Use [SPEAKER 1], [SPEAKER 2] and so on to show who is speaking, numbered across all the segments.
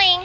[SPEAKER 1] 听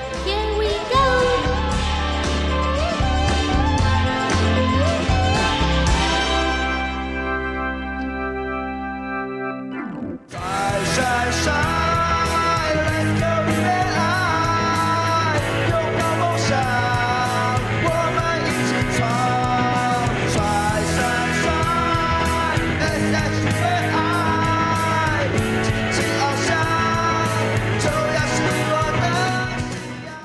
[SPEAKER 2] ，Here we go！
[SPEAKER 3] Shine, shine, let go你的爱，拥抱梦想，我们一起闯。Shine, shine, shine，留下是被爱，尽情翱翔，就要是我的信仰。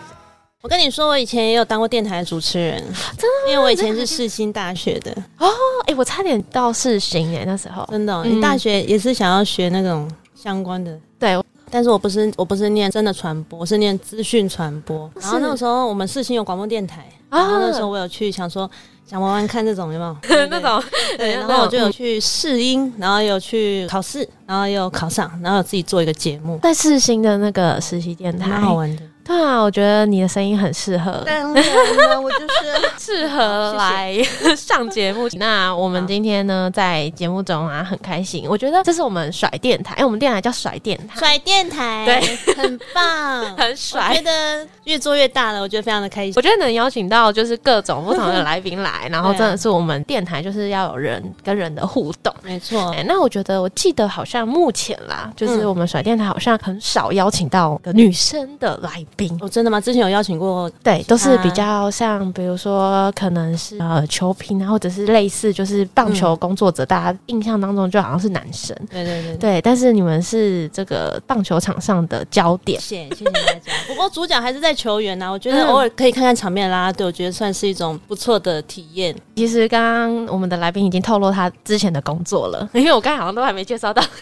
[SPEAKER 4] 我跟你说，我以前也有当过电台主持 人，
[SPEAKER 5] 真的吗
[SPEAKER 4] 因为我以前是世新大学的，
[SPEAKER 5] 哦，哎、我差点到世行哎、那时候
[SPEAKER 4] 真的哦、
[SPEAKER 5] 嗯
[SPEAKER 4] 你大学也是想要学那种相关的。
[SPEAKER 5] 对，
[SPEAKER 4] 但是我不是我不是念真的传播，我是念资讯传播。然后那个时候我们世新有广播电台，
[SPEAKER 5] 啊
[SPEAKER 4] 然后 那时候我有去想说想玩玩看这种有没有？
[SPEAKER 5] 那种
[SPEAKER 4] 对，然后我就有去试音，然后有去考试，然后有考上，然后有自己做一个节目，
[SPEAKER 5] 在世新的那个实习电台，
[SPEAKER 4] 蛮好玩的。
[SPEAKER 5] 对啊，我觉得你的声音很适合，
[SPEAKER 4] 当然了，我就是
[SPEAKER 5] 适合来 上节目。那我们
[SPEAKER 4] 好
[SPEAKER 5] 今天呢，在节目中啊，很开心。我觉得这是我们甩电台，哎、我们电台叫甩电 台，
[SPEAKER 4] 甩电台，
[SPEAKER 5] 对，
[SPEAKER 4] 很棒，
[SPEAKER 5] 很
[SPEAKER 4] 我觉
[SPEAKER 5] 甩。
[SPEAKER 4] 得越做越大了，我觉得非常的开
[SPEAKER 5] 我
[SPEAKER 4] 心。
[SPEAKER 5] 觉得能邀请到就是各种不同的来 宾来，然后
[SPEAKER 4] 对啊
[SPEAKER 5] 真的是我们电台就是要有人跟人的互动。
[SPEAKER 4] 没错
[SPEAKER 5] 哎、，那我觉得我记得好像目前啦，就是
[SPEAKER 4] 嗯
[SPEAKER 5] 我们甩电台好像很少邀请到个女生的来宾。
[SPEAKER 4] 哦我真的吗？之前有邀请过，
[SPEAKER 5] 对，都是
[SPEAKER 4] 他
[SPEAKER 5] 比较像，比如说可能是呃球评啊，或者是类似就是棒球工作者，大家印象当中就好像是男生。
[SPEAKER 4] 对对对对，
[SPEAKER 5] 对，但是你们是这个棒球场上的焦点，
[SPEAKER 4] 谢谢谢谢大 家。不过主角还是在球员呐、啊我觉得
[SPEAKER 5] 嗯
[SPEAKER 4] 偶尔可以看看场面的啦啦队，我觉得算是一种不错的体验。
[SPEAKER 5] 其实刚刚我们的来宾已经透露他之前的工作了， 因为我刚才好像都还没介绍到，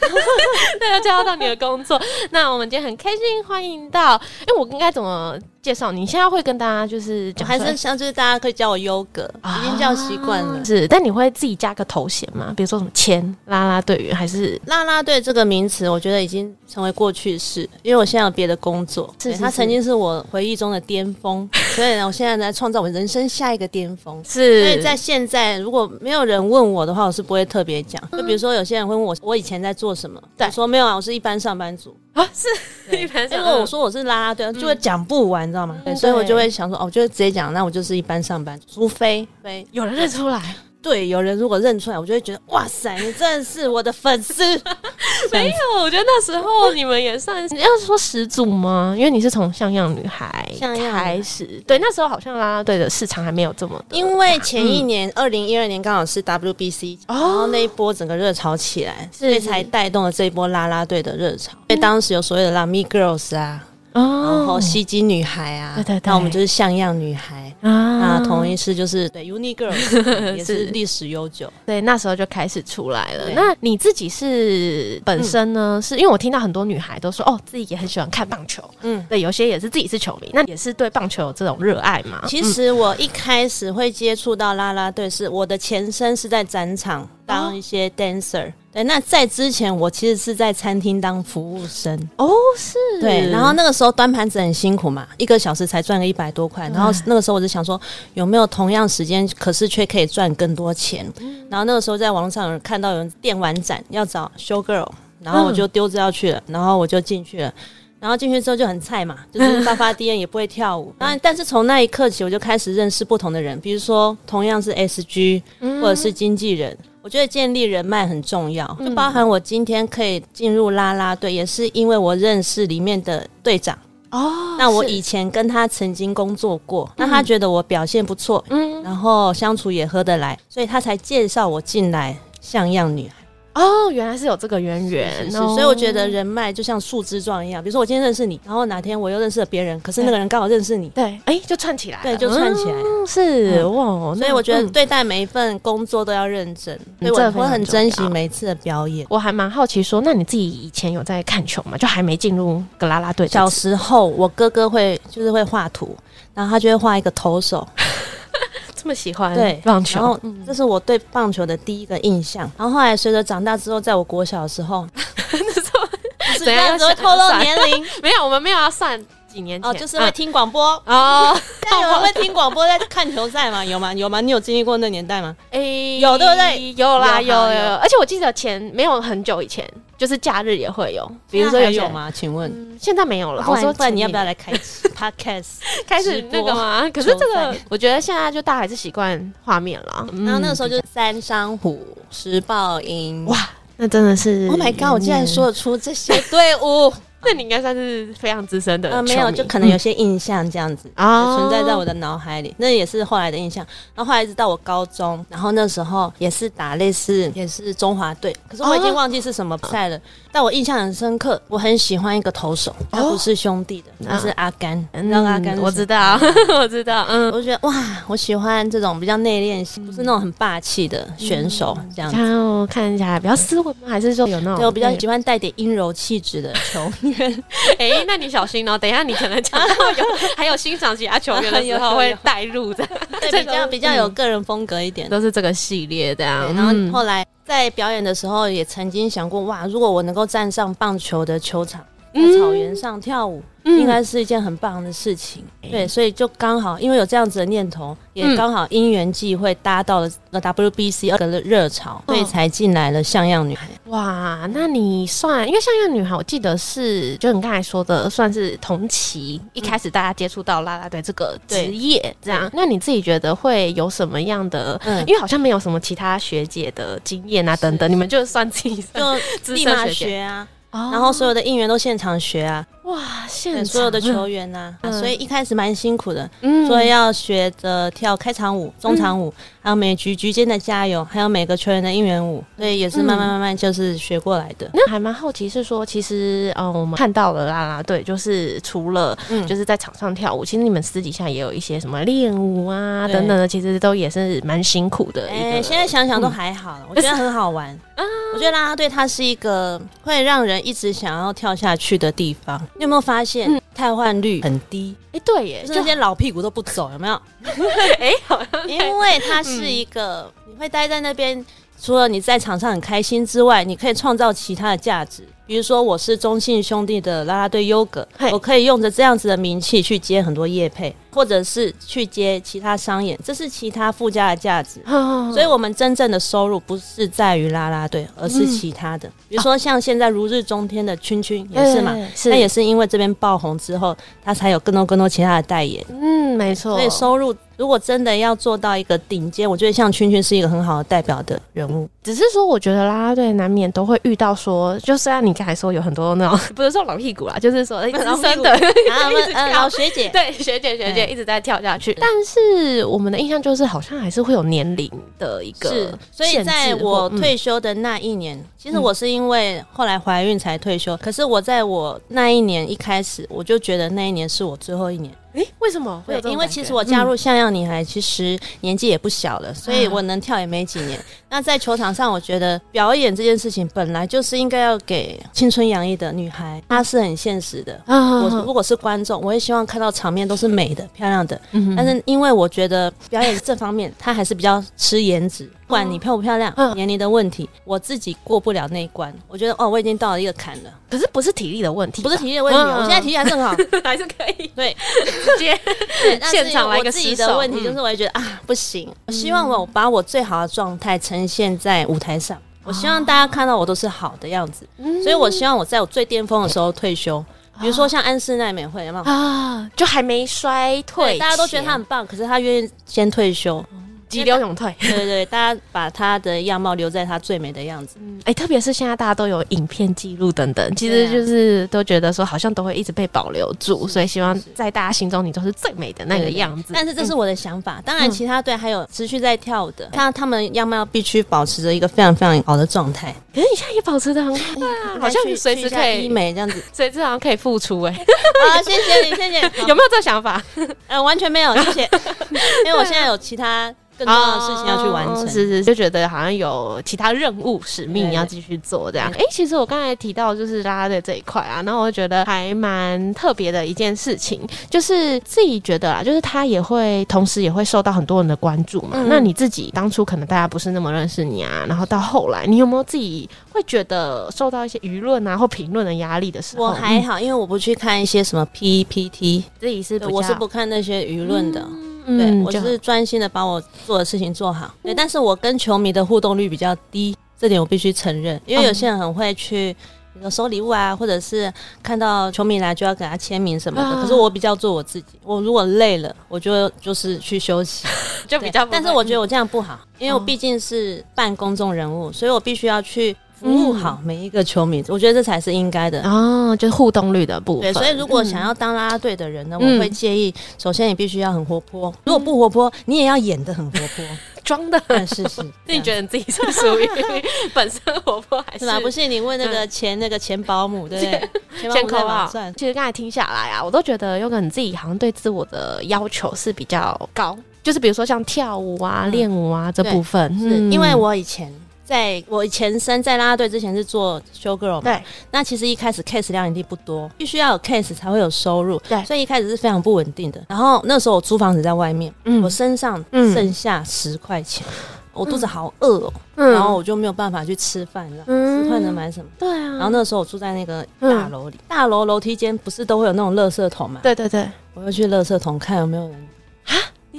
[SPEAKER 5] 对，要介绍到你的工作。那我们今天很开心，欢迎到，哎、我应该怎么介绍你？现在会跟大家就是
[SPEAKER 4] 我
[SPEAKER 5] 讲出
[SPEAKER 4] 还
[SPEAKER 5] 来，
[SPEAKER 4] 是像就是大家可以叫我优格，
[SPEAKER 5] 啊
[SPEAKER 4] 已经叫习惯了。
[SPEAKER 5] 是，但你会自己加个头衔吗？比如说什么签啦啦队员，还是
[SPEAKER 4] 啦啦队这个名词，我觉得已经成为过去式，因为我现在有别的工作，
[SPEAKER 5] 是
[SPEAKER 4] 对
[SPEAKER 5] 是
[SPEAKER 4] 它
[SPEAKER 5] 是
[SPEAKER 4] 曾经是我回忆中的巅峰，所以呢，我现在在创造我人生下一个巅峰。所
[SPEAKER 5] 是
[SPEAKER 4] 以在现在，如果没有人问我的话，我是不会特别讲。就比如说，有些人会问我，我以前在做什么？
[SPEAKER 5] 对
[SPEAKER 4] 我说没有啊，我是一般上班族。
[SPEAKER 5] 啊是，
[SPEAKER 4] 对
[SPEAKER 5] 一般
[SPEAKER 4] 因
[SPEAKER 5] 上
[SPEAKER 4] 为我说我是啦啦队，就会讲不完，你知道吗？对，
[SPEAKER 5] 嗯
[SPEAKER 4] 所以我
[SPEAKER 5] 对
[SPEAKER 4] 就会想说，哦，我就会直接讲，那我就是一般上班族，除非非
[SPEAKER 5] 有人认出来，
[SPEAKER 4] 对有人如果认出来，我就会觉得哇塞，你真的是我的粉 丝。
[SPEAKER 5] 没有， 我觉得那时候你们也算是要说始祖吗？因为你是从像样女孩
[SPEAKER 4] 像样女孩
[SPEAKER 5] 开始，对，那时候好像啦啦队的市场还没有这么的
[SPEAKER 4] 因为前一年嗯哦二零一二年刚好是 WBC，、然后那一波整个热潮起来，所以才带动了这一波啦啦队的热潮。因为当时有所谓的啦咪 girls 啊，然后
[SPEAKER 5] 哦
[SPEAKER 4] 吸睛女孩啊，
[SPEAKER 5] 对对对
[SPEAKER 4] 那我们就是像样女孩。
[SPEAKER 5] 啊
[SPEAKER 4] 那同一是就是对 Uni Girls 也是
[SPEAKER 5] 是嗯
[SPEAKER 4] 历史悠久，
[SPEAKER 5] 对，那时候就开始出来了。
[SPEAKER 4] 对
[SPEAKER 5] 那你自己是本身呢？嗯是因为我听到很多女孩都说，哦，自己也很喜欢看棒球，
[SPEAKER 4] 嗯。
[SPEAKER 5] 对，有些也是自己是球迷，那也是对棒球有这种热爱嘛。
[SPEAKER 4] 其实我一开始会接触到啦啦队，是我的前身是在展场
[SPEAKER 5] 哦
[SPEAKER 4] 当一些 dancer，、对。那在之前，我其实是在餐厅当服务生，
[SPEAKER 5] 哦，是，
[SPEAKER 4] 对，然后那个时候端盘子很辛苦嘛，一个小时才赚个一百多块。然后那个时候我就想说，有没有同样时间，可是却可以赚更多钱？然后那个时候在网络上有人看到有人电玩展要找 show girl，然后我就丢资料去了，然后我就进去了。然后进去之后就很菜嘛， 就是发发 D N 也不会跳 舞。然后但是从那一刻起，我就开始认识不同的人，比如说同样是 S G
[SPEAKER 5] 嗯
[SPEAKER 4] 或者是经纪人。我觉得建立人脉很重要，
[SPEAKER 5] 嗯
[SPEAKER 4] 就包含我今天可以进入啦啦队，也是因为我认识里面的队长。
[SPEAKER 5] 哦，
[SPEAKER 4] 那我
[SPEAKER 5] 是
[SPEAKER 4] 以前跟他曾经工作过，那他觉得我表现不错，
[SPEAKER 5] 嗯
[SPEAKER 4] 然后相处也合得来，所以他才介绍我进来像样女孩。
[SPEAKER 5] 哦，原来是有这个渊源，
[SPEAKER 4] 是，
[SPEAKER 5] 哦
[SPEAKER 4] 所以我觉得人脉就像树枝状一样，比如说我今天认识你，然后哪天我又认识了别人，可是那个人刚好认识你，
[SPEAKER 5] 对，哎、就串起来了，
[SPEAKER 4] 对，就串起来了。
[SPEAKER 5] 嗯是、哇，
[SPEAKER 4] 所以
[SPEAKER 5] 那
[SPEAKER 4] 我觉得
[SPEAKER 5] 嗯
[SPEAKER 4] 对待每一份工作都要认真，所以我
[SPEAKER 5] 这非
[SPEAKER 4] 我
[SPEAKER 5] 常
[SPEAKER 4] 很
[SPEAKER 5] 重
[SPEAKER 4] 珍惜
[SPEAKER 5] 要
[SPEAKER 4] 每一次的表演。
[SPEAKER 5] 我还蛮好奇说，那你自己以前有在看球吗？就还没进入格拉拉队之前，
[SPEAKER 4] 小时候，我哥哥会就是会画图，然后他就会画一个投手，
[SPEAKER 5] 这么喜欢
[SPEAKER 4] 对
[SPEAKER 5] 棒球，嗯
[SPEAKER 4] 然 后这是我对棒球的第一个印象。然后后来随着长大之后，在我国小的时候，那时候不是是
[SPEAKER 5] 怎
[SPEAKER 4] 这样
[SPEAKER 5] 样
[SPEAKER 4] 子会透露年龄
[SPEAKER 5] 没有，我们没有要算几年前
[SPEAKER 4] 哦，就是会听广播。
[SPEAKER 5] 啊哦，
[SPEAKER 4] 现在有 人会听广播在看球赛吗？有吗？有吗？你有经历过那年代吗？
[SPEAKER 5] 诶
[SPEAKER 4] 有对不对？
[SPEAKER 5] 哎有啦，
[SPEAKER 4] 有
[SPEAKER 5] 有
[SPEAKER 4] 好
[SPEAKER 5] 有
[SPEAKER 4] 有
[SPEAKER 5] 有，而且我记得前没有很久以前，就是假日也会有，比如
[SPEAKER 4] 现
[SPEAKER 5] 说
[SPEAKER 4] 在还
[SPEAKER 5] 些
[SPEAKER 4] 有？吗？请问，
[SPEAKER 5] 嗯现在没有了。
[SPEAKER 4] 不
[SPEAKER 5] 我
[SPEAKER 4] 然
[SPEAKER 5] 说
[SPEAKER 4] 不然你要
[SPEAKER 5] 前
[SPEAKER 4] 不要
[SPEAKER 5] 年
[SPEAKER 4] 来开 podcast？
[SPEAKER 5] 开始
[SPEAKER 4] 直
[SPEAKER 5] 那
[SPEAKER 4] 播
[SPEAKER 5] 个吗？可是这
[SPEAKER 4] 球
[SPEAKER 5] 个
[SPEAKER 4] 赛，
[SPEAKER 5] 我觉得现在就大家还是习惯画面了。嗯
[SPEAKER 4] 然后那个时候就是三商虎、时报鹰。哇
[SPEAKER 5] 哇，那真的是嗯
[SPEAKER 4] ！Oh my god！我竟然说得出这些队伍。
[SPEAKER 5] 那你应该算是非常资深的球
[SPEAKER 4] 哦呃，
[SPEAKER 5] 迷，
[SPEAKER 4] 没有，就可能有些印象这样子
[SPEAKER 5] 啊
[SPEAKER 4] 嗯存在在我的脑海里，那也是后来的印象。然后后来一直到我高中，然后那时候也是打类似也是中华队，可是我已经
[SPEAKER 5] 哦
[SPEAKER 4] 忘记是什么赛了。但我印象很深刻，我很喜欢一个投手，他不是兄弟的，他是阿甘，你
[SPEAKER 5] 嗯
[SPEAKER 4] 哦知道阿甘？
[SPEAKER 5] 我知。道， 我知道，嗯，
[SPEAKER 4] 我就觉得哇，我喜欢这种比较内敛型，不是那种很霸气的选手嗯这样子。
[SPEAKER 5] 然后看一下比较斯文吗？还是说有那种？
[SPEAKER 4] 对我比较喜欢带点阴柔气质的球员。
[SPEAKER 5] 哎、那你小心哦、等一下你可能讲到有 还有欣赏其他球员的时候
[SPEAKER 4] 有有
[SPEAKER 5] 会
[SPEAKER 4] 有
[SPEAKER 5] 带入的，
[SPEAKER 4] 对，比较比较有
[SPEAKER 5] 嗯
[SPEAKER 4] 个人风格一点。
[SPEAKER 5] 都是这个系列这样
[SPEAKER 4] 对，然后
[SPEAKER 5] 嗯
[SPEAKER 4] 后来在表演的时候，也曾经想过，哇，如果我能够站上棒球的球场，在草原上跳舞，
[SPEAKER 5] 嗯
[SPEAKER 4] 应该是一件很棒的事情。对，所以就刚好因为有这样子的念头，也刚好因缘际会搭到了那个 WBC 二个热潮，所以才进来了像样女孩。
[SPEAKER 5] 哇，那你算，因为像样女孩，我记得是就你刚才说的，算是同期一开始大家接触到啦啦队这个职业这样。那你自己觉得会有什么样的？
[SPEAKER 4] 嗯
[SPEAKER 5] 因为好像没有什么其他学姐的经验啊，等等，你们就算自己算
[SPEAKER 4] 就
[SPEAKER 5] 资
[SPEAKER 4] 立
[SPEAKER 5] 深
[SPEAKER 4] 马
[SPEAKER 5] 学姐
[SPEAKER 4] 学啊，
[SPEAKER 5] 哦
[SPEAKER 4] 然后所有的应援都现场学啊，
[SPEAKER 5] 哇，现
[SPEAKER 4] 对
[SPEAKER 5] 场
[SPEAKER 4] 所有的球员呐、啊
[SPEAKER 5] 嗯
[SPEAKER 4] 所以一开始蛮辛苦的，
[SPEAKER 5] 嗯
[SPEAKER 4] 所以要学着跳开场舞、中场舞，还有每局局间的加油，还有每个球员的应援舞，
[SPEAKER 5] 嗯
[SPEAKER 4] 所以也是慢慢慢慢就是学过来的。
[SPEAKER 5] 那还蛮好奇，是说其实嗯，我们看到了啦啦队，就是除了
[SPEAKER 4] 嗯
[SPEAKER 5] 就是在场上跳舞，其实你们私底下也有一些什么练舞啊
[SPEAKER 4] 对
[SPEAKER 5] 等等的，其实都也是蛮辛苦的一个。
[SPEAKER 4] 哎、现在想想都还好
[SPEAKER 5] 嗯
[SPEAKER 4] 了，我觉得很好玩。我觉得啦啦队它是一个会让人一直想要跳下去的地方。你有没有发现、
[SPEAKER 5] 嗯
[SPEAKER 4] 汰换率很低？
[SPEAKER 5] 哎、对耶，
[SPEAKER 4] 就是那些老屁股都不走，有没有？
[SPEAKER 5] 哎、好像
[SPEAKER 4] 因为它是一个、
[SPEAKER 5] 嗯
[SPEAKER 4] 你会待在那边，除了你在场上很开心之外，你可以创造其他的价值。比如说，我是中信兄弟的啦啦队优格
[SPEAKER 5] 嘿，
[SPEAKER 4] 我可以用着这样子的名气去接很多业配，或者是去接其他商演，这是其他附加的价值。所
[SPEAKER 5] 所
[SPEAKER 4] 以，我们真正的收入不是在于啦啦队，而是其他
[SPEAKER 5] 嗯
[SPEAKER 4] 的，比如说像现在如日中天的圈圈也是嘛，
[SPEAKER 5] 是
[SPEAKER 4] 那也是因为这边爆红之后，他才有更多更多其他的代言。
[SPEAKER 5] 嗯，没错，
[SPEAKER 4] 所以收入如果真的要做到一个顶尖，我觉得像圈圈是一个很好的代表的人 物。
[SPEAKER 5] 只是说，我觉得啦啦队难免都会遇到说，就虽然你刚才说有很多那种不是说老屁股啦，啊就是说哎资深的
[SPEAKER 4] 然后
[SPEAKER 5] 一直
[SPEAKER 4] 呃
[SPEAKER 5] 跳
[SPEAKER 4] 老学姐，
[SPEAKER 5] 对学姐嗯学姐
[SPEAKER 4] 对
[SPEAKER 5] 一直在跳下去，但是我们的印象就是好像还是会有年龄的一个
[SPEAKER 4] 是
[SPEAKER 5] 限制，
[SPEAKER 4] 所以在我
[SPEAKER 5] 或嗯
[SPEAKER 4] 退休的那一年，其实我是因为后来怀孕才退休，可是我在我那一年一开始，我就觉得那一年是我最后一年。
[SPEAKER 5] 诶为什么会有
[SPEAKER 4] 对
[SPEAKER 5] 这，种
[SPEAKER 4] 因为
[SPEAKER 5] 感觉
[SPEAKER 4] 其实我加入像样女孩，其实年纪也不小了，所以我能跳也没几年。那在球场上，我觉得表演这件事情本来就是应该要给青春洋溢的女孩，她是很现实的。
[SPEAKER 5] 啊
[SPEAKER 4] 我如果是观众，我也希望看到场面都是美的、漂亮的。
[SPEAKER 5] 嗯
[SPEAKER 4] 但是因为我觉得表演这方面，它还是比较吃颜值，不管你漂不漂亮、
[SPEAKER 5] 哦嗯
[SPEAKER 4] 年龄的问题，我自己过不了那一关。我觉得哦，我已经到了一个坎了，
[SPEAKER 5] 可是不是体力的问题吧，
[SPEAKER 4] 不是体力的问题，
[SPEAKER 5] 嗯
[SPEAKER 4] 我现在体力还是很 好。
[SPEAKER 5] 还是可以
[SPEAKER 4] 对，
[SPEAKER 5] 直 接
[SPEAKER 4] 对但是
[SPEAKER 5] 现场来
[SPEAKER 4] 我
[SPEAKER 5] 个
[SPEAKER 4] 自
[SPEAKER 5] 失
[SPEAKER 4] 己
[SPEAKER 5] 手
[SPEAKER 4] 的问题
[SPEAKER 5] 嗯
[SPEAKER 4] 就是，我也觉得、啊，不行。我希望我把我最好的状态呈现在舞台上，我希
[SPEAKER 5] 哦
[SPEAKER 4] 望大家看到我都是好的样子，
[SPEAKER 5] 嗯
[SPEAKER 4] 所以我希望我在我最巅峰的时候退休。比如
[SPEAKER 5] 哦
[SPEAKER 4] 说像安室奈美惠，有没有？
[SPEAKER 5] 啊，就还没衰退嗯
[SPEAKER 4] 对，
[SPEAKER 5] 前，
[SPEAKER 4] 大家都觉得她很棒，可是她愿意先退休。
[SPEAKER 5] 急流勇退。
[SPEAKER 4] 对对对，大家把她的样貌留在她最美的样子。
[SPEAKER 5] 哎、特别是现在大家都有影片记录等等，其
[SPEAKER 4] 对
[SPEAKER 5] 实
[SPEAKER 4] 啊
[SPEAKER 5] 就是都觉得说好像都会一直被保留住，所以希望在大家心中你都是最美的那
[SPEAKER 4] 对
[SPEAKER 5] 个
[SPEAKER 4] 对对
[SPEAKER 5] 样子。嗯
[SPEAKER 4] 但是这是我的想法。当然，其他队还有持续在跳舞的，看到他们样貌必须保持着一个非常非常好的状态，
[SPEAKER 5] 可是你现在也保持的很好，好像
[SPEAKER 4] 哎去
[SPEAKER 5] 随
[SPEAKER 4] 去
[SPEAKER 5] 时
[SPEAKER 4] 一下
[SPEAKER 5] 可
[SPEAKER 4] 医
[SPEAKER 5] 以，
[SPEAKER 4] 美这样子。
[SPEAKER 5] 随时好像可以 复出哎、
[SPEAKER 4] 好，谢 谢你，谢谢。
[SPEAKER 5] 有没有这个想法？
[SPEAKER 4] 呃，完全没有，谢谢。因为我现在有其他更重要的事情要去完成。
[SPEAKER 5] 哦是是，就觉得好像有其他任务使命
[SPEAKER 4] 对
[SPEAKER 5] 要继续做这样。
[SPEAKER 4] 对
[SPEAKER 5] 诶，其实我刚才提到就是啦啦队这一块啊，然后我觉得还蛮特别的一件事情，就是自己觉得啦，就是他也会同时也会受到很多人的关注嘛。
[SPEAKER 4] 嗯
[SPEAKER 5] 那你自己当初可能大家不是那么认识你啊，然后到后来你有没有自己会觉得受到一些舆论啊或评论的压力的时候？
[SPEAKER 4] 我还
[SPEAKER 5] 嗯
[SPEAKER 4] 好，因为我不去看一些什么 PPT，
[SPEAKER 5] 自己是
[SPEAKER 4] 对
[SPEAKER 5] 比
[SPEAKER 4] 我是
[SPEAKER 5] 较
[SPEAKER 4] 不看那些舆论的。
[SPEAKER 5] 嗯
[SPEAKER 4] 对，我
[SPEAKER 5] 就
[SPEAKER 4] 就是专心的把我做的事情做好。对，但是我跟球迷的互动率比较低，这点我必须承认，因
[SPEAKER 5] 哦
[SPEAKER 4] 为有些人很会去。比如说收礼物啊，或者是看到球迷来就要给他签名什么的。
[SPEAKER 5] 啊
[SPEAKER 4] 可是我比较做我自己，我如果累了，我就就是去休息。
[SPEAKER 5] 就比较不会，
[SPEAKER 4] 但是我觉得我这样不好，因为我
[SPEAKER 5] 哦
[SPEAKER 4] 毕竟是半公众人物，所以我必须要去服务
[SPEAKER 5] 嗯
[SPEAKER 4] 好每一个球迷。我觉得这才是应该的。
[SPEAKER 5] 哦，就是互动率的部
[SPEAKER 4] 对，
[SPEAKER 5] 分。
[SPEAKER 4] 所以如果
[SPEAKER 5] 嗯
[SPEAKER 4] 想要当啦啦队的人呢，
[SPEAKER 5] 嗯
[SPEAKER 4] 我会建议，首先你必须要很活泼，如果不活泼，你也要演得很活 泼。
[SPEAKER 5] 装的
[SPEAKER 4] 嗯，是是，
[SPEAKER 5] 那你
[SPEAKER 4] 得
[SPEAKER 5] 觉得你自己是属 于本身活泼还是
[SPEAKER 4] 是吧？嗯不信你问那个前那个前保姆，对不对？ 前保
[SPEAKER 5] 先
[SPEAKER 4] 姆在
[SPEAKER 5] 扣
[SPEAKER 4] 哪
[SPEAKER 5] 啊
[SPEAKER 4] 算？
[SPEAKER 5] 其实刚才听下来啊，我都觉得优哥你自己好像对自我的要求是比较高，就是比如说像跳舞啊、
[SPEAKER 4] 嗯
[SPEAKER 5] 练舞啊这
[SPEAKER 4] 对
[SPEAKER 5] 部分，
[SPEAKER 4] 是
[SPEAKER 5] 嗯
[SPEAKER 4] 因为我以前。在我前身在啦啦队之前是做 show girl 嘛，
[SPEAKER 5] 对，
[SPEAKER 4] 那其实一开始 case 量一定不多，必须要有 case 才会有收入，
[SPEAKER 5] 对
[SPEAKER 4] 所以一开始是非常不稳定的。然后那时候我租房子在外面，
[SPEAKER 5] 嗯
[SPEAKER 4] 我身上
[SPEAKER 5] 嗯
[SPEAKER 4] 剩下十块钱，我肚子好饿哦，
[SPEAKER 5] 嗯
[SPEAKER 4] 然后我就没有办法去吃饭了，
[SPEAKER 5] 嗯
[SPEAKER 4] 吃饭能买什么？
[SPEAKER 5] 对啊，
[SPEAKER 4] 然后那时候我住在那个大楼里，大楼楼梯间不是都会有那种垃圾桶嘛？
[SPEAKER 5] 对对对，
[SPEAKER 4] 我又去垃圾桶看有没有人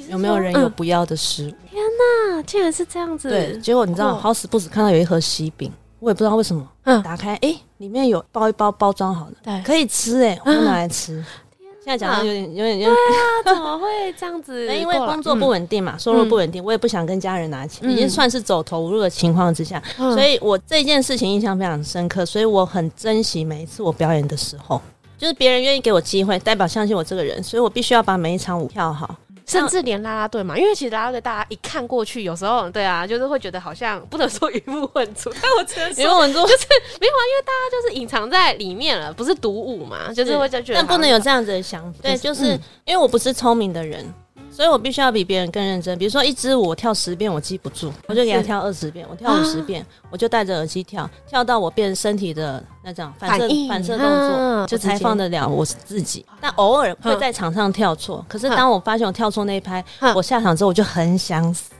[SPEAKER 4] 有没有人有不要的食物。
[SPEAKER 5] 啊？竟嗯然是这样子，
[SPEAKER 4] 对，结果你知道，
[SPEAKER 5] 哦
[SPEAKER 4] 好死不死看到有一盒喜饼，我也不知道为什么，
[SPEAKER 5] 嗯
[SPEAKER 4] 打开诶，里面有包一包包装好的，
[SPEAKER 5] 对，
[SPEAKER 4] 可以吃诶，我就拿来吃。现在讲的有点有点有点，
[SPEAKER 5] 那啊怎么会这 样子过来？
[SPEAKER 4] 因为工作不稳定嘛，收入不稳定，我也不想跟家人拿钱，
[SPEAKER 5] 嗯
[SPEAKER 4] 已经算是走投无路的情况之下，
[SPEAKER 5] 嗯
[SPEAKER 4] 所以我这件事情印象非常深刻，所以我很珍惜每一次我表演的时候。就是别人愿意给我机会，代表相信我这个人，所以我必须要把每一场舞跳好。
[SPEAKER 5] 甚至连啦啦队嘛，因为其实啦啦队大家一看过去，有时候对啊，就是会觉得好像不能说鱼 目混珠，但我只能说
[SPEAKER 4] 因为我做
[SPEAKER 5] 就是 没有啊，因为大家就是隐藏在里面了，不是独舞嘛，就是会就觉
[SPEAKER 4] 啊
[SPEAKER 5] 得
[SPEAKER 4] 但不能有这
[SPEAKER 5] 样
[SPEAKER 4] 样子的想法。对，就
[SPEAKER 5] 就
[SPEAKER 4] 是嗯是、因为我不是聪明的人，所以我必须要比别人更认真。比如说一支舞我跳十遍我记不住，我就给他跳二十遍，我跳五十遍，我就戴着耳机跳，跳到我变身体的那种反射
[SPEAKER 5] 反应
[SPEAKER 4] 反射动作，
[SPEAKER 5] 嗯
[SPEAKER 4] 就
[SPEAKER 5] 就直接
[SPEAKER 4] 才放得了我自己。但偶尔会在场上跳错，可是当我发现我跳错那一拍
[SPEAKER 5] 嗯，
[SPEAKER 4] 我下场之后我就很想死。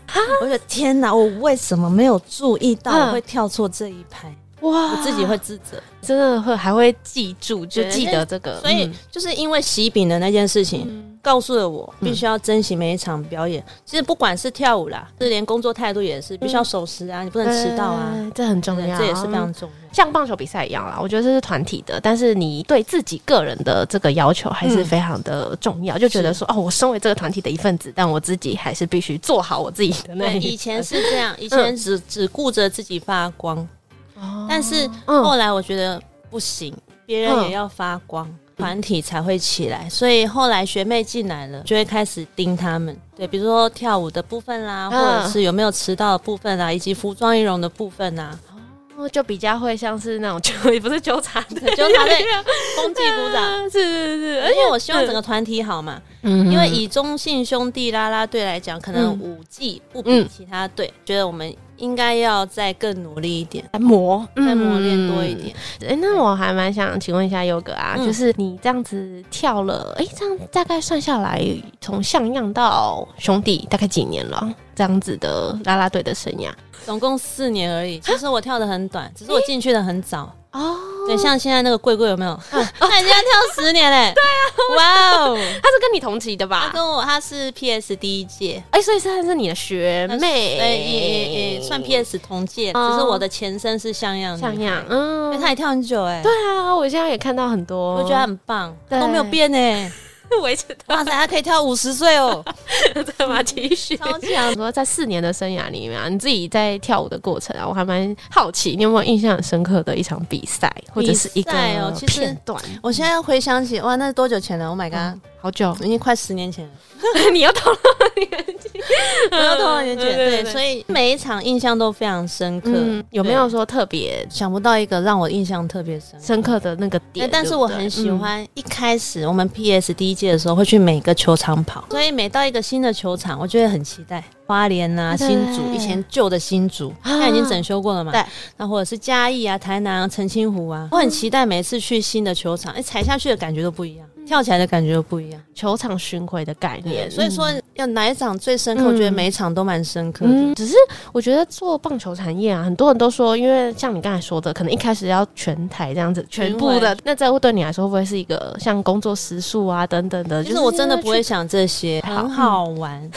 [SPEAKER 4] 我觉得天哪，我为什么没有注意到
[SPEAKER 5] 嗯
[SPEAKER 4] 我会跳错这一拍？
[SPEAKER 5] 哇
[SPEAKER 4] 我自己会自责。
[SPEAKER 5] 真的会还会记住，就记得这个，
[SPEAKER 4] 所以
[SPEAKER 5] 嗯
[SPEAKER 4] 就是因为喜饼的那件事情，告诉了我必须要珍惜每一场表演。其实不管是跳舞啦，是连工作态度也是，必须要守时啊，你不能迟到啊，
[SPEAKER 5] 呃这很重
[SPEAKER 4] 对
[SPEAKER 5] 要，
[SPEAKER 4] 这也是非常。重要。
[SPEAKER 5] 像棒球比赛一样啦，我觉得这是团体的，但是你对自己个人的这个要求还
[SPEAKER 4] 嗯
[SPEAKER 5] 是非常的重要，就觉得说哦，我身为这个团体的一份子，但我自己还是必须做好我自己的那
[SPEAKER 4] 对，
[SPEAKER 5] 一
[SPEAKER 4] 以前是这样，以前 哦只只顾着自己发光，但是
[SPEAKER 5] 嗯
[SPEAKER 4] 后来我觉得不行，别人也要发光。团体才会起来，所以后来学妹进来了，就会开始盯他们。对，比如说跳舞的部分啦，或
[SPEAKER 5] 嗯
[SPEAKER 4] 者是有没有迟到的部分啦，啊以及服装仪容的部分啊啦。
[SPEAKER 5] 哦，就比较会像是那种纠， 也不是纠缠 的，
[SPEAKER 4] 纠察队风纪鼓 掌。嗯
[SPEAKER 5] 啊，是是是，而
[SPEAKER 4] 因
[SPEAKER 5] 且
[SPEAKER 4] 为我希望整个团体好嘛，
[SPEAKER 5] 嗯
[SPEAKER 4] 因为以中信兄弟啦啦队来讲，可能
[SPEAKER 5] 嗯
[SPEAKER 4] 五季不比其他队，觉得我们应该要再更努力一点，
[SPEAKER 5] 磨，
[SPEAKER 4] 再磨练多一点。
[SPEAKER 5] 嗯。哎、那我还蛮想请问一下优哥啊，
[SPEAKER 4] 嗯
[SPEAKER 5] 就是你这样子跳了，哎、这样大概算下来，从像样到兄弟大概几年了？这样子的啦啦队的生涯
[SPEAKER 4] 总共四年而已。其实我跳的很短，只是我进去的很早。
[SPEAKER 5] 啊哦，
[SPEAKER 4] 对，像现在那个贵贵有没有？他已经要跳十年 嘞。对啊，哇哦！
[SPEAKER 5] 他是跟你同级的
[SPEAKER 4] 他
[SPEAKER 5] 吧？
[SPEAKER 4] 跟我他是 PS 第一届，
[SPEAKER 5] 哎、所以算是你的学
[SPEAKER 4] 那是
[SPEAKER 5] 妹，
[SPEAKER 4] 哎也也也算 PS 同届，
[SPEAKER 5] 哦
[SPEAKER 4] 只是我的前身是像样女孩
[SPEAKER 5] 像样，
[SPEAKER 4] 因为
[SPEAKER 5] 嗯，
[SPEAKER 4] 他也跳很久哎，
[SPEAKER 5] 对啊，我现在也看到很多，
[SPEAKER 4] 我觉得她很棒，
[SPEAKER 5] 对
[SPEAKER 4] 都没有变哎。
[SPEAKER 5] 很维持
[SPEAKER 4] 哇塞，他可以跳五十岁哦，
[SPEAKER 5] 的嘛，继续。
[SPEAKER 4] 超强！
[SPEAKER 5] 说在四年的生涯里面啊，你自己在跳舞的过程啊，我还蛮好奇，你有没有印象很深刻的一场比赛，或者是一个
[SPEAKER 4] 比赛哦其实
[SPEAKER 5] 片段？
[SPEAKER 4] 我现在回想起，哇，那是多久前了？Oh my god，、
[SPEAKER 5] 好久，
[SPEAKER 4] 已经快十年前了，
[SPEAKER 5] 你要透露年纪，
[SPEAKER 4] 不要多少年前。对，所
[SPEAKER 5] 以
[SPEAKER 4] 以每一场印象都非常深刻。
[SPEAKER 5] 嗯，有没有说特别
[SPEAKER 4] 想不到一个让我印象特别深刻？
[SPEAKER 5] 深刻的那个
[SPEAKER 4] 对嗯
[SPEAKER 5] 点？
[SPEAKER 4] 但是
[SPEAKER 5] 对不
[SPEAKER 4] 我
[SPEAKER 5] 对
[SPEAKER 4] 很喜，欢一开始我们 PS 第一届季的时候，会去每个球场跑，所以每到一个新的球场，我就会很期待。花莲啊，
[SPEAKER 5] 对
[SPEAKER 4] 新竹，以前旧的新竹，现在已经整修过了嘛？
[SPEAKER 5] 对。
[SPEAKER 4] 那或者是嘉义啊、台南啊、澄清湖啊，我很期待每次去新的球场，哎、踩下去的感觉都不一样，跳起来的感觉都不一样。嗯
[SPEAKER 5] 球场巡回的概念，
[SPEAKER 4] 嗯所以说，要哪一场最深刻？
[SPEAKER 5] 嗯
[SPEAKER 4] 我觉得每一场都蛮深刻的。
[SPEAKER 5] 嗯，只是我觉得做棒球产业啊，很多人都说，因为像你刚才说的，可能一开始要全台这样子，全部的，那这会对你来说会不会是一个像工作时数啊等等的？
[SPEAKER 4] 其
[SPEAKER 5] 就
[SPEAKER 4] 实
[SPEAKER 5] 是
[SPEAKER 4] 我真的不会
[SPEAKER 5] 去，
[SPEAKER 4] 想这些，
[SPEAKER 5] 好
[SPEAKER 4] 很好嗯玩。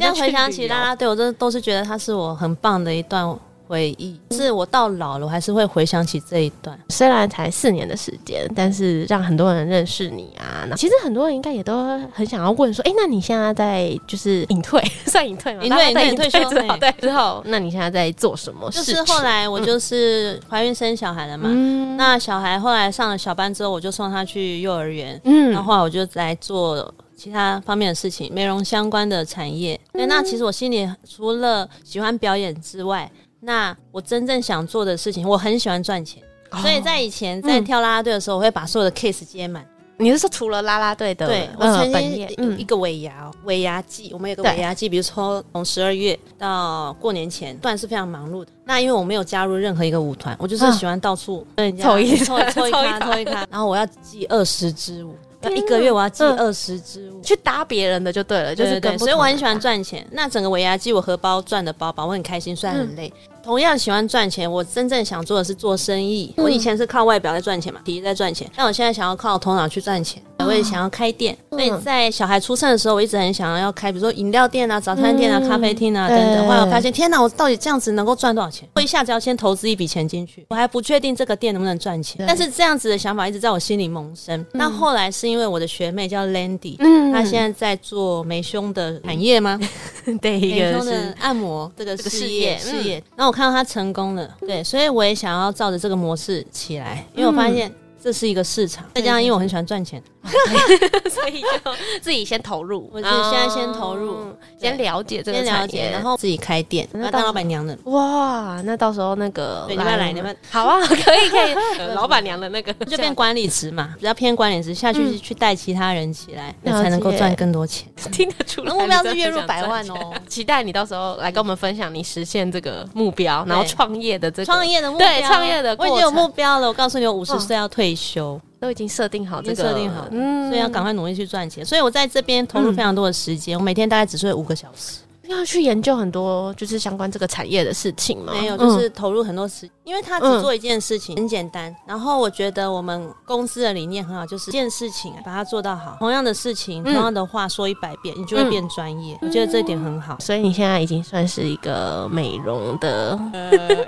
[SPEAKER 4] 现
[SPEAKER 5] 家啊
[SPEAKER 4] 在
[SPEAKER 5] 去
[SPEAKER 4] 回想
[SPEAKER 5] 旅
[SPEAKER 4] 起
[SPEAKER 5] 游
[SPEAKER 4] 啦啦队，我真的都是觉得它是我很棒的一段回忆。是我到老了，我还是会回想起这一段。
[SPEAKER 5] 虽然才四年的时间，但是让很多人认识你啊。那其实很多人应该也都很想要问说，哎、那你现在在就是隐退， 算隐退吗？
[SPEAKER 4] 隐退
[SPEAKER 5] 大家在
[SPEAKER 4] 隐退退休
[SPEAKER 5] 之后，
[SPEAKER 4] 嘿
[SPEAKER 5] 对之后，那你现在在做什么
[SPEAKER 4] 就
[SPEAKER 5] 事情？
[SPEAKER 4] 是后来我就是怀孕生小孩了嘛，
[SPEAKER 5] 嗯，
[SPEAKER 4] 那小孩后来上了小班之后，我就送他去幼儿园，
[SPEAKER 5] 嗯
[SPEAKER 4] 然后后来我就来做其他方面的事情，美容相关的产业。对，那
[SPEAKER 5] 嗯
[SPEAKER 4] 其实我心里除了喜欢表演之外，那我真正想做的事情，我很喜欢赚钱。所以在以前在
[SPEAKER 5] 嗯
[SPEAKER 4] 跳啦啦队的时候，我会把所有的 case 接满。
[SPEAKER 5] 你是说除了啦啦队的
[SPEAKER 4] 对我
[SPEAKER 5] 呃
[SPEAKER 4] 曾
[SPEAKER 5] 本
[SPEAKER 4] 经
[SPEAKER 5] 业，
[SPEAKER 4] 有一个尾牙哦，尾牙季，我们有个
[SPEAKER 5] 对
[SPEAKER 4] 尾牙季，比如说从十二月到过年前，段是非常忙碌的。那因为我没有加入任何一个舞团，我就是
[SPEAKER 5] 嗯
[SPEAKER 4] 喜欢到处跟人家
[SPEAKER 5] 凑一
[SPEAKER 4] 凑凑一
[SPEAKER 5] 凑一
[SPEAKER 4] 咖
[SPEAKER 5] 咖
[SPEAKER 4] 凑一咖，然后我要记二十支舞，要
[SPEAKER 5] 天
[SPEAKER 4] 一
[SPEAKER 5] 哪
[SPEAKER 4] 个月我要记
[SPEAKER 5] 嗯
[SPEAKER 4] 二十支舞。
[SPEAKER 5] 去搭别人的就对了，就
[SPEAKER 4] 对对
[SPEAKER 5] 是跟
[SPEAKER 4] 对，
[SPEAKER 5] 不
[SPEAKER 4] 所以
[SPEAKER 5] 同
[SPEAKER 4] 我
[SPEAKER 5] 的
[SPEAKER 4] 很喜欢赚钱。那整个尾牙季，我荷包赚的包包，我很开心，虽然很
[SPEAKER 5] 嗯
[SPEAKER 4] 累。同样喜欢赚钱，我真正想做的是做生意。我以前是靠外表在赚钱嘛，体力在赚钱，但我现在想要靠头脑去赚钱。我也想要开店，所
[SPEAKER 5] 嗯
[SPEAKER 4] 以在小孩出生的时候，我一直很想要开，比如说饮料店啊、早餐店啊、
[SPEAKER 5] 嗯
[SPEAKER 4] 咖啡厅啊
[SPEAKER 5] 对
[SPEAKER 4] 等等。后来我发现，天哪，我到底这样子能够赚多少钱？我一下子要先投资一笔钱进去，我还不确定这个店能不能赚钱
[SPEAKER 5] 嗯对。
[SPEAKER 4] 但是这样子的想法一直在我心里萌生。那后来是因为我的学妹叫 Landy，
[SPEAKER 5] 嗯
[SPEAKER 4] 她现在在做美胸的产业吗？
[SPEAKER 5] 对一
[SPEAKER 4] 美
[SPEAKER 5] 个
[SPEAKER 4] 胸的
[SPEAKER 5] 是
[SPEAKER 4] 按摩这个
[SPEAKER 5] 这个
[SPEAKER 4] 事
[SPEAKER 5] 事
[SPEAKER 4] 业
[SPEAKER 5] 业嗯
[SPEAKER 4] 事业。然后我看到他成功了，对，所以我也想要照着这个模式起来，因为我发
[SPEAKER 5] 嗯
[SPEAKER 4] 现这是一个市场。再加上因为我很喜欢赚钱，
[SPEAKER 5] 所以就自己先投入，
[SPEAKER 4] 我就是现在先投入
[SPEAKER 5] 嗯先了解这个
[SPEAKER 4] 先了
[SPEAKER 5] 产
[SPEAKER 4] 解，
[SPEAKER 5] 业，
[SPEAKER 4] 然后自己开店，
[SPEAKER 5] 那
[SPEAKER 4] 我要
[SPEAKER 5] 到
[SPEAKER 4] 当
[SPEAKER 5] 时候
[SPEAKER 4] 老板娘了。
[SPEAKER 5] 哇，那到时候那个
[SPEAKER 4] 对你们来你们
[SPEAKER 5] 好啊， 可以 可以，呃老板娘的 那个
[SPEAKER 4] 就变管理职嘛，比较偏管理职，下去
[SPEAKER 5] 嗯
[SPEAKER 4] 是去带其他人起来，
[SPEAKER 5] 了
[SPEAKER 4] 我才能够
[SPEAKER 5] 解
[SPEAKER 4] 赚更多钱。
[SPEAKER 5] 听得出来，
[SPEAKER 4] 目标是
[SPEAKER 5] 你
[SPEAKER 4] 月
[SPEAKER 5] 真
[SPEAKER 4] 入
[SPEAKER 5] 的很想
[SPEAKER 4] 百万
[SPEAKER 5] 赚钱。
[SPEAKER 4] 哦，
[SPEAKER 5] 期待你到时候来跟我们分享你实现这个目标，然后
[SPEAKER 4] 对
[SPEAKER 5] 创业的这个
[SPEAKER 4] 创业的目标，
[SPEAKER 5] 对创业的
[SPEAKER 4] 我已经
[SPEAKER 5] 过
[SPEAKER 4] 有
[SPEAKER 5] 程
[SPEAKER 4] 目标了。我告诉你，我五十岁要退休，
[SPEAKER 5] 都已经设定
[SPEAKER 4] 已
[SPEAKER 5] 好哦这
[SPEAKER 4] 经
[SPEAKER 5] 个
[SPEAKER 4] 设定好了，
[SPEAKER 5] 嗯
[SPEAKER 4] 所以要赶快努力去赚钱。所以我在这边投入非常多的时间，我每天大概只睡五个小时。
[SPEAKER 5] 要去研究很多就是相关这个产业的事情嘛，
[SPEAKER 4] 没有，
[SPEAKER 5] 嗯
[SPEAKER 4] 就是投入很多时，因为他
[SPEAKER 5] 嗯
[SPEAKER 4] 只做一件事情，很简单。然后我觉得我们公司的理念很好，就是一件事情把它做到好。同样的事情，同
[SPEAKER 5] 嗯
[SPEAKER 4] 样的话说一百遍，你就会变专业。我觉得这一点很好。
[SPEAKER 5] 所以你现在已经算是一个美容的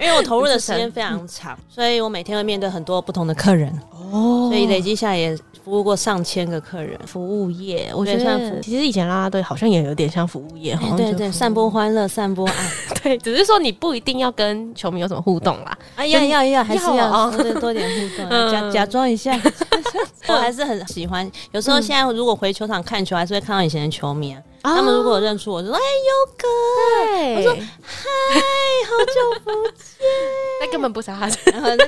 [SPEAKER 4] 因为我投入的时
[SPEAKER 5] 嗯
[SPEAKER 4] 间非常长，所以我每天会面对很多不同的客人，
[SPEAKER 5] 哦
[SPEAKER 4] 所以累积下来也服务过上千个客人。
[SPEAKER 5] 服务业，我觉
[SPEAKER 4] 对算服
[SPEAKER 5] 得
[SPEAKER 4] 务
[SPEAKER 5] 其实以前啦啦队好像也有点像服务业，好
[SPEAKER 4] 哎
[SPEAKER 5] 像
[SPEAKER 4] 对
[SPEAKER 5] 就
[SPEAKER 4] 对，
[SPEAKER 5] 哦服务
[SPEAKER 4] 散播欢乐，散播 爱。
[SPEAKER 5] 对，只是说你不一定要跟球迷有什么互动啦，
[SPEAKER 4] 哎呀
[SPEAKER 5] 真
[SPEAKER 4] 要要，还是
[SPEAKER 5] 要
[SPEAKER 4] 要
[SPEAKER 5] 啊
[SPEAKER 4] 多多点互动，
[SPEAKER 5] 嗯
[SPEAKER 4] 假假装一 下。我还是很喜欢，有
[SPEAKER 5] 嗯
[SPEAKER 4] 时候现在如果回球场看球，还是会看到以前的球迷啊。他们如果有认出我，就说：“哎，优哥，
[SPEAKER 5] 对，我说
[SPEAKER 4] 嗨，好久不
[SPEAKER 5] 那根本不是他。
[SPEAKER 4] 见。”然后你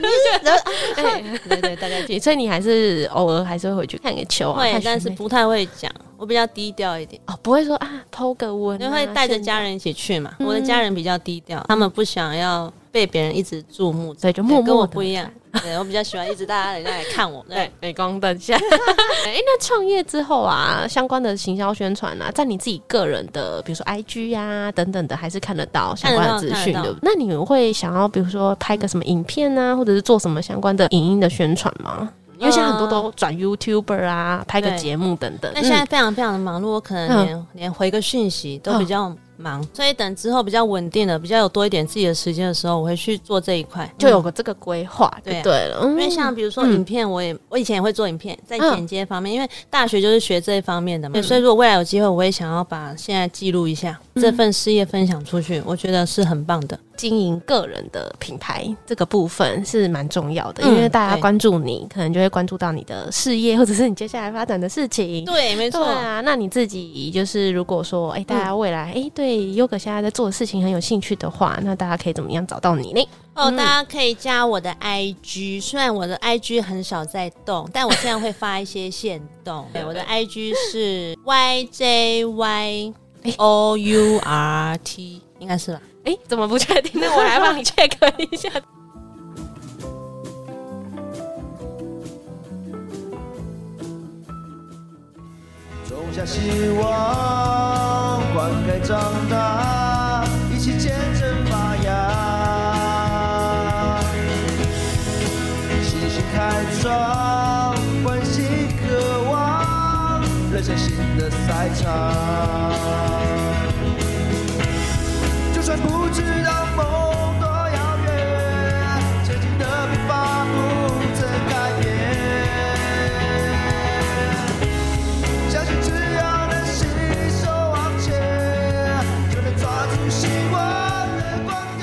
[SPEAKER 4] 然后
[SPEAKER 5] 哎
[SPEAKER 4] 对对，大概
[SPEAKER 5] 对所以你还是偶尔还是会回去看个球啊，
[SPEAKER 4] 会
[SPEAKER 5] 看，学妹
[SPEAKER 4] 但是不太会讲，我比较低调一点，
[SPEAKER 5] 哦不会说啊偷个温啊，
[SPEAKER 4] 因为会带着
[SPEAKER 5] 炫
[SPEAKER 4] 家
[SPEAKER 5] 耀，
[SPEAKER 4] 人一起去嘛。我的家
[SPEAKER 5] 嗯
[SPEAKER 4] 人比较低调，他们不想要被别人一直注目，
[SPEAKER 5] 所以就默
[SPEAKER 4] 对跟
[SPEAKER 5] 默
[SPEAKER 4] 我
[SPEAKER 5] 地
[SPEAKER 4] 不一样。对我比较喜欢一直大家人家来看我，对
[SPEAKER 5] 对。，镁光灯下。 哎、那创业之后啊，相关的行销宣传啊，在你自己个人的，比如说 IG 呀、等等的，还是看得到相关的资
[SPEAKER 4] 看得
[SPEAKER 5] 讯
[SPEAKER 4] 到
[SPEAKER 5] 的。那你们会想要，比如说拍个什么影片啊，或者是做什么相关的影音的宣传吗？因为现在很多都转 YouTuber 啊，拍个
[SPEAKER 4] 呃对
[SPEAKER 5] 节目等等。
[SPEAKER 4] 但现在
[SPEAKER 5] 嗯
[SPEAKER 4] 非常非常的忙碌，我可能连、连回个讯息都比较忙，所以等之后比较稳定了，比较有多一点自己的时间的时候，我会去做这一块。
[SPEAKER 5] 就有个这个规划，就
[SPEAKER 4] 嗯对啊
[SPEAKER 5] 对了。因
[SPEAKER 4] 因为像比如说
[SPEAKER 5] 嗯
[SPEAKER 4] 影片，我也、我以前也会做影片，在
[SPEAKER 5] 嗯
[SPEAKER 4] 剪接方面，因为大学就是学这一方面的嘛，所以如果未来有机会，我也想要把现在记录一下，
[SPEAKER 5] 嗯
[SPEAKER 4] 这份事业分享出去，我觉得是很棒的。
[SPEAKER 5] 经营个人的品牌这个部分是蛮重要的，
[SPEAKER 4] 嗯
[SPEAKER 5] 因为大家
[SPEAKER 4] 对
[SPEAKER 5] 关注你，可能就会关注到你的事业或者是你接下来发展的事情。
[SPEAKER 4] 对，没嗯
[SPEAKER 5] 对啊，那你自己就是如果说，哎、大家未来哎、对 Yoga 现在在做的事情很有兴趣的话，那大家可以怎么样找到你呢？
[SPEAKER 4] 哦，
[SPEAKER 5] 嗯
[SPEAKER 4] 大家可以加我的 IG，虽然我的 IG 很少在动，但我现在会发一些线 动。对，我的 IG 是 YJY O U R T，应该是吧？
[SPEAKER 5] 哎、怎么不确定？那我来帮你 check 一下。
[SPEAKER 3] 种下希望，灌溉长大，一起见证发芽。信心开创，关心渴望，人生新的赛场。就算不知道梦多遥远，前进的步伐不曾改变。相信只要能携手往前，就能抓住希望的光点。